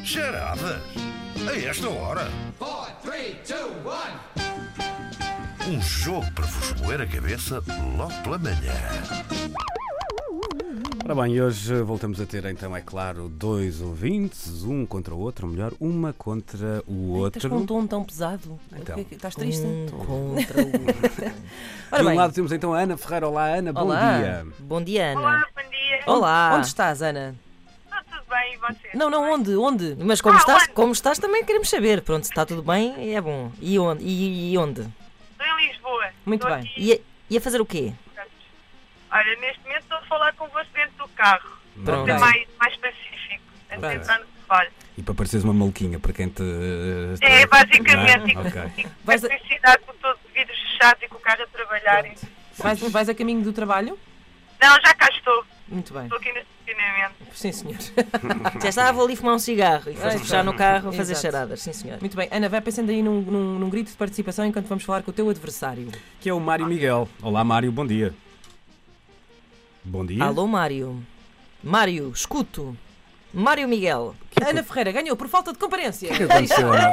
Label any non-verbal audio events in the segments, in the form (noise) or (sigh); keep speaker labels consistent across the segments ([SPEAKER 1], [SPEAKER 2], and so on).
[SPEAKER 1] namoradas? A esta hora?
[SPEAKER 2] Four, three, two, one.
[SPEAKER 1] Um jogo para vos moer a cabeça logo pela manhã.
[SPEAKER 3] Ora bem, hoje voltamos a ter então, é claro, dois ouvintes, um contra o outro, ou melhor, uma contra o
[SPEAKER 4] Estás com um
[SPEAKER 3] outro.
[SPEAKER 4] tom tão pesado.
[SPEAKER 3] Então.
[SPEAKER 4] O que é que- Estás triste? (laughs)
[SPEAKER 5] Contra o...
[SPEAKER 4] Ora
[SPEAKER 3] De um
[SPEAKER 4] bem,
[SPEAKER 3] lado temos então a Ana Ferreira. Olá Ana, bom
[SPEAKER 4] Olá.
[SPEAKER 3] dia.
[SPEAKER 5] Bom dia, Ana.
[SPEAKER 6] Olá, bom dia.
[SPEAKER 4] Olá.
[SPEAKER 5] Onde estás, Ana?
[SPEAKER 6] Está tudo bem e você?
[SPEAKER 4] não, não, onde? Onde?
[SPEAKER 5] Mas como,
[SPEAKER 6] Ah,
[SPEAKER 5] estás,
[SPEAKER 6] olá.
[SPEAKER 5] como estás também queremos saber. Pronto, se está tudo bem, é bom. E onde? E, e onde?
[SPEAKER 6] Estou em Lisboa.
[SPEAKER 4] Muito
[SPEAKER 6] Estou
[SPEAKER 4] bem.
[SPEAKER 6] aqui.
[SPEAKER 5] E a, e a fazer o quê?
[SPEAKER 6] Olha, neste momento estou a falar convosco dentro do carro.
[SPEAKER 5] Pronto.
[SPEAKER 6] Para ser mais, mais pacífico. Antes de
[SPEAKER 5] Bem.
[SPEAKER 6] entrar no trabalho.
[SPEAKER 3] E para pareceres uma maluquinha, para quem te. eh, está-
[SPEAKER 6] É, basicamente.
[SPEAKER 3] Ah, ok.
[SPEAKER 6] e- e-
[SPEAKER 4] Vais a-
[SPEAKER 6] a felicidade com todos os vidros fechados e com o carro a trabalhar.
[SPEAKER 4] Vais, vais a caminho do trabalho?
[SPEAKER 6] Não, já cá estou.
[SPEAKER 4] Muito bem.
[SPEAKER 6] Estou aqui no estacionamento.
[SPEAKER 4] Sim, senhor. (laughs)
[SPEAKER 5] Já estava ali a fumar um cigarro e
[SPEAKER 4] Exato.
[SPEAKER 5] foste puxar no carro a fazer
[SPEAKER 4] Exato.
[SPEAKER 5] charadas. Sim, senhor.
[SPEAKER 4] Muito bem. Ana, vai pensando aí num, num, num grito de participação enquanto vamos falar com o teu adversário.
[SPEAKER 3] Que é o Mário Miguel. Olá Mário, bom dia. Bom dia.
[SPEAKER 5] Alô, Mário. Mário, escuto. Mário Miguel.
[SPEAKER 4] Ana Ferreira ganhou por falta de comparência.
[SPEAKER 3] O que
[SPEAKER 4] (laughs)
[SPEAKER 3] aconteceu?
[SPEAKER 7] (laughs)
[SPEAKER 3] Ana?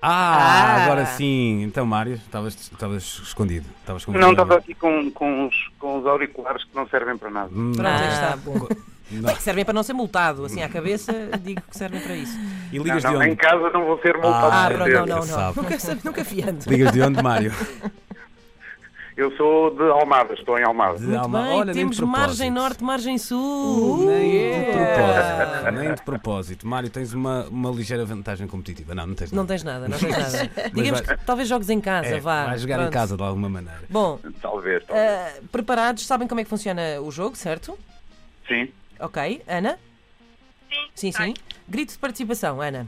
[SPEAKER 5] Ah.
[SPEAKER 3] Ah, agora sim. Então Mário, estavas estavas escondido. Estavas com
[SPEAKER 7] Não, estava aqui com, com, os, com os auriculares que não servem para nada.
[SPEAKER 3] Hum,
[SPEAKER 4] Pronto, aí está.
[SPEAKER 5] Ah,
[SPEAKER 4] Bom.
[SPEAKER 3] não.
[SPEAKER 4] Bem, É que servem para não ser multado, assim à cabeça, digo que servem para isso.
[SPEAKER 3] E
[SPEAKER 7] Não,
[SPEAKER 3] ligas de
[SPEAKER 7] não, em
[SPEAKER 3] onde?
[SPEAKER 7] casa não vou ser multado.
[SPEAKER 3] Ah,
[SPEAKER 4] Ah,
[SPEAKER 7] por
[SPEAKER 4] pronto, não,
[SPEAKER 7] Deus.
[SPEAKER 4] não, não.
[SPEAKER 3] Sabe.
[SPEAKER 4] Nunca, sabe- nunca fiante.
[SPEAKER 3] Ligas de onde,
[SPEAKER 7] (laughs)
[SPEAKER 3] Mário?
[SPEAKER 7] Eu sou de Almada, estou em Almada.
[SPEAKER 3] De
[SPEAKER 4] Muito
[SPEAKER 3] Alma-
[SPEAKER 4] bem,
[SPEAKER 3] Olha, nem de
[SPEAKER 4] temos margem
[SPEAKER 3] propósito.
[SPEAKER 4] norte, Uh! margem sul. Eh,
[SPEAKER 3] Nem é. de
[SPEAKER 4] Yeah.
[SPEAKER 3] propósito, nem de propósito. Mário, tens uma, uma ligeira vantagem competitiva. Não, não tens
[SPEAKER 4] Não
[SPEAKER 3] nada.
[SPEAKER 4] tens nada, não tens nada. Digamos
[SPEAKER 3] vai-
[SPEAKER 4] que talvez jogues em casa,
[SPEAKER 3] É,
[SPEAKER 4] vá.
[SPEAKER 3] vai jogar em
[SPEAKER 4] Pronto.
[SPEAKER 3] casa de alguma maneira.
[SPEAKER 4] Bom,
[SPEAKER 7] Talvez, talvez.
[SPEAKER 4] ah, preparados, sabem como é que funciona o jogo, certo?
[SPEAKER 7] Sim.
[SPEAKER 4] Ok, Ana?
[SPEAKER 6] Sim,
[SPEAKER 4] Sim,
[SPEAKER 6] tá.
[SPEAKER 4] sim. Grito de participação, Ana.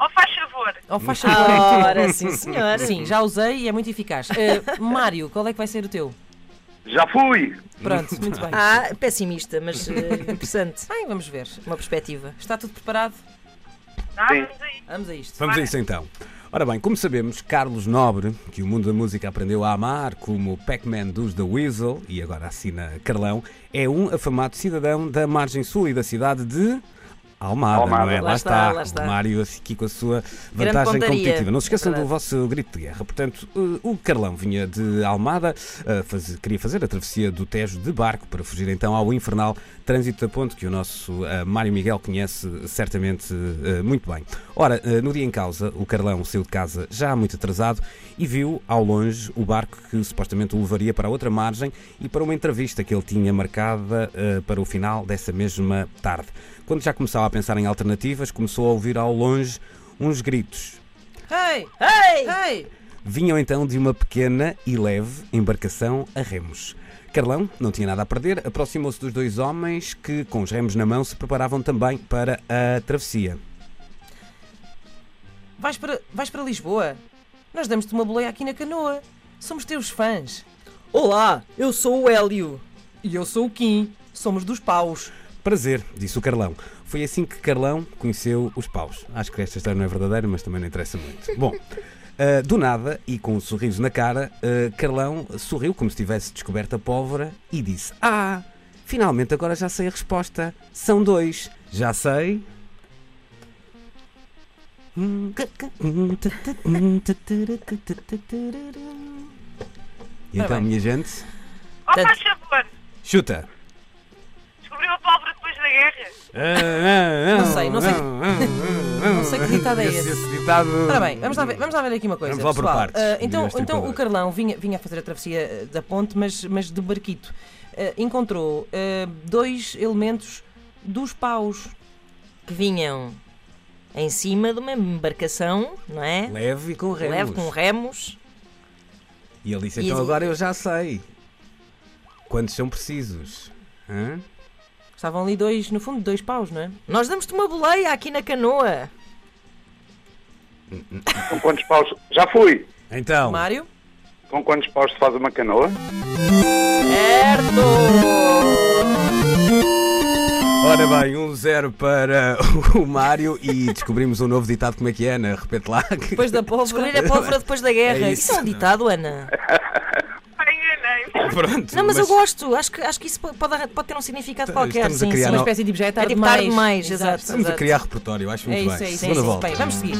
[SPEAKER 6] Oh, faz favor.
[SPEAKER 4] Ou faz favor. Ah,
[SPEAKER 5] Ora, sim, senhor.
[SPEAKER 4] Sim, já usei e é muito eficaz. Ah, Mário, qual é que vai ser o teu?
[SPEAKER 7] Já fui!
[SPEAKER 4] Pronto, muito bem.
[SPEAKER 5] Ah, pessimista, mas eh, interessante.
[SPEAKER 4] Bem, vamos ver.
[SPEAKER 5] Uma perspectiva.
[SPEAKER 4] Está tudo preparado?
[SPEAKER 6] Tá,
[SPEAKER 7] Sim.
[SPEAKER 6] vamos aí.
[SPEAKER 4] Vamos a isto.
[SPEAKER 3] Vamos a isso então. Ora bem, como sabemos, Carlos Nobre, que o mundo da música aprendeu a amar como o Pac-Man dos The Weasel e agora assina Carlão, é um afamado cidadão da margem sul e da cidade de. Almada,
[SPEAKER 7] Almada.
[SPEAKER 3] não é?
[SPEAKER 5] Lá está, lá está.
[SPEAKER 3] O Mário aqui com a sua vantagem
[SPEAKER 5] pontaria.
[SPEAKER 3] competitiva. Não se esqueçam
[SPEAKER 5] Verdade.
[SPEAKER 3] do vosso grito de guerra. Portanto, eh, o Carlão vinha de Almada, eh, faz- queria fazer a travessia do Tejo de barco para fugir então ao infernal trânsito da ponte que o nosso eh, Mário Miguel conhece certamente eh, muito bem. Ora, eh, no dia em causa, o Carlão saiu de casa já muito atrasado e viu ao longe o barco que supostamente o levaria para outra margem e para uma entrevista que ele tinha marcada eh, para o final dessa mesma tarde. Quando já começava a pensar em alternativas, começou a ouvir ao longe uns gritos.
[SPEAKER 4] Ei!
[SPEAKER 5] Ei!
[SPEAKER 4] Ei!
[SPEAKER 3] Vinham então de uma pequena e leve embarcação a remos. Carlão não tinha nada a perder, aproximou-se dos dois homens que, com os remos na mão, se preparavam também para a travessia.
[SPEAKER 4] Vais para, vais para Lisboa? Nós damos-te uma boleia aqui na canoa. Somos teus fãs.
[SPEAKER 5] Olá, eu sou o Hélio.
[SPEAKER 4] E eu sou o Kim. Somos dos paus.
[SPEAKER 3] Prazer, disse o Carlão. Foi assim que Carlão conheceu os paus. Acho que esta história não é verdadeira, mas também não interessa muito. Bom, ah, do nada, e com um sorriso na cara, ah, Carlão sorriu como se tivesse descoberto a pólvora e disse: Ah, finalmente agora já sei a resposta. São dois. Já sei. E então, minha gente,
[SPEAKER 6] Oh,
[SPEAKER 5] Portanto-
[SPEAKER 6] faz favor.
[SPEAKER 3] chuta!
[SPEAKER 6] Descobriu a pólvora depois da guerra.
[SPEAKER 3] Não
[SPEAKER 4] sei, não
[SPEAKER 3] (laughs)
[SPEAKER 4] sei.
[SPEAKER 3] Não
[SPEAKER 4] sei que ditado é
[SPEAKER 3] esse.
[SPEAKER 4] esse.
[SPEAKER 3] Esse ditado.
[SPEAKER 4] Ora bem, vamos lá ver, vamos lá ver aqui uma coisa.
[SPEAKER 3] Vamos lá por
[SPEAKER 4] pessoal.
[SPEAKER 3] partes,
[SPEAKER 4] Ah,
[SPEAKER 3] diga
[SPEAKER 4] então
[SPEAKER 3] este
[SPEAKER 4] então o
[SPEAKER 3] enquadrador.
[SPEAKER 4] Carlão vinha, vinha a fazer a travessia ah, da ponte, mas, mas de barquito. Ah, encontrou ah, dois elementos dos paus.
[SPEAKER 5] Que vinham em cima de uma embarcação, não é?
[SPEAKER 3] Leve e com remos.
[SPEAKER 5] Leve com remos.
[SPEAKER 3] E ele disse:
[SPEAKER 5] E
[SPEAKER 3] então
[SPEAKER 5] ele-
[SPEAKER 3] agora eu já sei. Quantos são precisos? Hã?
[SPEAKER 4] Estavam ali dois, no fundo, dois paus, não é?
[SPEAKER 5] Nós damos-te uma boleia aqui na canoa.
[SPEAKER 7] Com quantos paus? Já fui!
[SPEAKER 3] Então,
[SPEAKER 4] Mário?
[SPEAKER 7] Com quantos paus se faz uma canoa?
[SPEAKER 3] ora bem, um zero para (laughs) o Mário e descobrimos um novo ditado. Como é que é, Ana? Repete lá.
[SPEAKER 4] Depois da pólvora.
[SPEAKER 5] Descobrir a pólvora depois da guerra. um
[SPEAKER 3] É
[SPEAKER 5] isso.
[SPEAKER 3] isso.
[SPEAKER 5] é um ditado, Ana.
[SPEAKER 6] Enganei-me.
[SPEAKER 3] (laughs) Pronto.
[SPEAKER 5] Não, mas, eu gosto. Acho que, acho que isso po- pode, arran- pode ter um significado qualquer.
[SPEAKER 3] estamos a
[SPEAKER 5] sim,
[SPEAKER 3] criar
[SPEAKER 5] sim.
[SPEAKER 4] uma
[SPEAKER 3] no-
[SPEAKER 4] espécie de tipo, já é
[SPEAKER 5] É
[SPEAKER 4] tarde
[SPEAKER 5] tipo
[SPEAKER 4] demais.
[SPEAKER 5] tarde demais, exato.
[SPEAKER 3] Estamos a
[SPEAKER 5] exato.
[SPEAKER 3] criar repertório, acho
[SPEAKER 4] É
[SPEAKER 3] muito
[SPEAKER 4] isso,
[SPEAKER 3] bem.
[SPEAKER 4] é isso.
[SPEAKER 3] Segunda
[SPEAKER 4] é isso.
[SPEAKER 3] volta.
[SPEAKER 4] Bem, vamos seguir.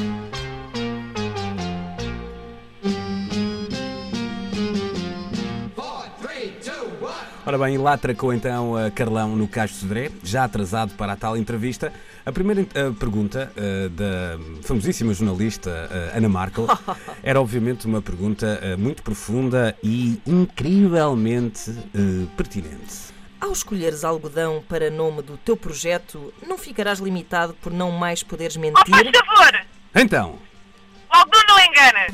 [SPEAKER 2] Four, three, two, one.
[SPEAKER 3] Ora bem, lá tracou então a Carlão no Cais de Sodré, já atrasado para a tal entrevista. A primeira eh, pergunta eh, da famosíssima jornalista eh, Ana Markel era obviamente uma pergunta eh, muito profunda e incrivelmente eh, pertinente.
[SPEAKER 5] Ao escolheres algodão para nome do teu projeto, não ficarás limitado por não mais poderes
[SPEAKER 6] Oh, faz
[SPEAKER 3] (laughs)
[SPEAKER 5] mentir?
[SPEAKER 6] favor!
[SPEAKER 3] Então,
[SPEAKER 6] O algodão não engana!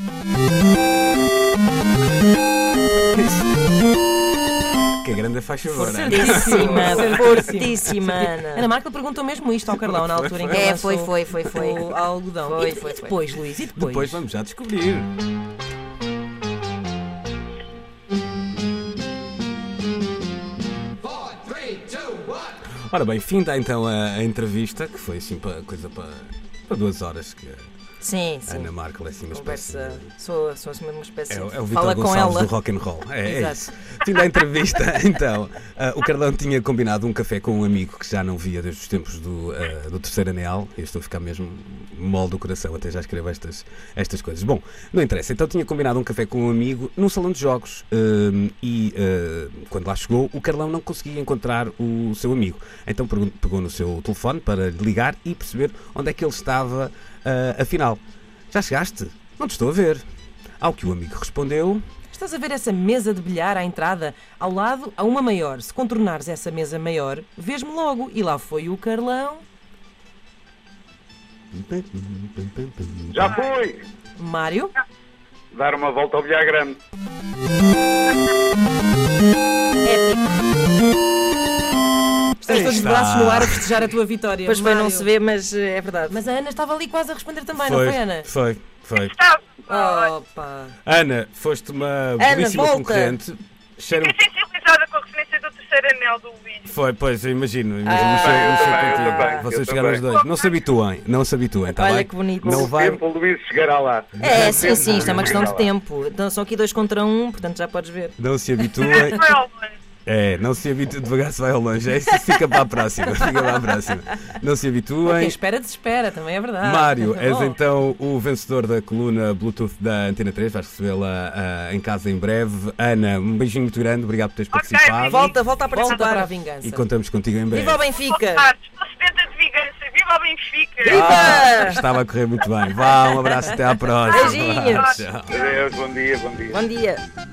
[SPEAKER 3] que grande faz favor. Ana.
[SPEAKER 5] Fortíssima,
[SPEAKER 4] (laughs)
[SPEAKER 5] fortíssima,
[SPEAKER 4] Ana
[SPEAKER 5] Ana.
[SPEAKER 4] Marca perguntou mesmo isto ao Carlão na altura em que
[SPEAKER 5] É,
[SPEAKER 4] ele
[SPEAKER 5] foi,
[SPEAKER 4] lançou
[SPEAKER 5] foi, foi, foi.
[SPEAKER 4] o algodão.
[SPEAKER 5] Foi,
[SPEAKER 4] e,
[SPEAKER 5] foi,
[SPEAKER 4] e
[SPEAKER 5] foi.
[SPEAKER 4] depois, Luís, e depois?
[SPEAKER 3] Depois vamos já descobrir.
[SPEAKER 2] Four, three, two, one.
[SPEAKER 3] Ora bem, finda então a, a entrevista, que foi assim pa- coisa para pa duas horas que a
[SPEAKER 5] Sim, sim.
[SPEAKER 3] Ana Markel é assim uma espécie de-
[SPEAKER 5] Conversa. Sou, sou assim uma espécie.
[SPEAKER 3] É, o-
[SPEAKER 5] de-
[SPEAKER 3] é o Vitor
[SPEAKER 5] Fala com
[SPEAKER 3] Gonçalves
[SPEAKER 5] ela.
[SPEAKER 3] do rock and roll. É, é
[SPEAKER 5] Exato.
[SPEAKER 3] isso. Fim da entrevista, (laughs) então. ah, o Carlão tinha combinado um café com um amigo que já não via desde os tempos do, ah, do Terceiro Anel. Eu estou a ficar mesmo mole do coração, até já escrevo estas, estas coisas. Bom, não interessa. Então tinha combinado um café com um amigo num salão de jogos hum, e ah, quando lá chegou, o Carlão não conseguia encontrar o seu amigo. Então pergun- pegou no seu telefone para lhe ligar e perceber onde é que ele estava, ah, afinal. Já chegaste? Não te estou a ver. Ao que o amigo respondeu:
[SPEAKER 4] Estás a ver essa mesa de bilhar à entrada? Ao lado, há uma maior. Se contornares essa mesa maior, vês-me logo. E lá foi o Carlão.
[SPEAKER 7] Já fui!
[SPEAKER 4] Mário?
[SPEAKER 7] Dar uma volta ao Villar Grande.
[SPEAKER 4] Estás todos de
[SPEAKER 3] está.
[SPEAKER 4] braços no ar a festejar a tua vitória.
[SPEAKER 5] Pois foi, não
[SPEAKER 4] Mário.
[SPEAKER 5] se vê, mas eh, é verdade.
[SPEAKER 4] Mas a Ana estava ali quase a responder também, Ah, não foi, Ana?
[SPEAKER 3] foi, foi.
[SPEAKER 6] Está.
[SPEAKER 4] Ah. Opa!
[SPEAKER 3] Ana, foste uma belíssima
[SPEAKER 5] volta.
[SPEAKER 3] concorrente. Cheiro...
[SPEAKER 6] Fiquei sensibilizada com a referência do terceiro anel do Luís.
[SPEAKER 3] Foi, pois, eu imagino. imagino não sei, não sei
[SPEAKER 7] Eu também,
[SPEAKER 3] contigo.
[SPEAKER 7] eu também, eu
[SPEAKER 3] Vocês chegaram os
[SPEAKER 7] também.
[SPEAKER 3] dois. Não se habituem, não se habituem, tá
[SPEAKER 5] Olha
[SPEAKER 3] bem?
[SPEAKER 5] que bonito.
[SPEAKER 3] Não
[SPEAKER 7] O
[SPEAKER 3] vai.
[SPEAKER 7] tempo o Luís chegará lá.
[SPEAKER 5] É,
[SPEAKER 7] O
[SPEAKER 5] sim,
[SPEAKER 7] tempo
[SPEAKER 5] sim, isto é uma
[SPEAKER 7] Luís
[SPEAKER 5] questão de
[SPEAKER 7] chegará lá.
[SPEAKER 5] tempo. Então, são aqui dois contra um, portanto já podes ver.
[SPEAKER 3] Não se habituem.
[SPEAKER 6] Foi Elman.
[SPEAKER 3] É, não se habituem. Devagar se vai ao longe. É isso, fica para a próxima. (laughs) Fica para a próxima. Não se
[SPEAKER 4] Quem
[SPEAKER 3] habituem.
[SPEAKER 4] espera, desespera, também é verdade.
[SPEAKER 3] Mário,
[SPEAKER 4] Tá
[SPEAKER 3] és
[SPEAKER 4] bom.
[SPEAKER 3] então o vencedor da coluna Bluetooth da Antena 3. Vais recebê-la ah, em casa em breve. Ana, um beijinho muito grande. Obrigado por teres
[SPEAKER 6] Ok,
[SPEAKER 3] participado.
[SPEAKER 5] Volta, volta a
[SPEAKER 4] Volta para a
[SPEAKER 5] participar.
[SPEAKER 4] vingança.
[SPEAKER 3] E contamos contigo em breve.
[SPEAKER 5] Viva o
[SPEAKER 6] Estou
[SPEAKER 5] Benfica!
[SPEAKER 6] sedenta de vingança. Viva o Benfica!
[SPEAKER 3] Ah,
[SPEAKER 5] Viva!
[SPEAKER 3] estava a correr muito bem. Vá, um abraço, até à próxima.
[SPEAKER 5] Beijinhos.
[SPEAKER 3] Tchau.
[SPEAKER 7] Adeus, bom dia, bom dia.
[SPEAKER 5] Bom dia!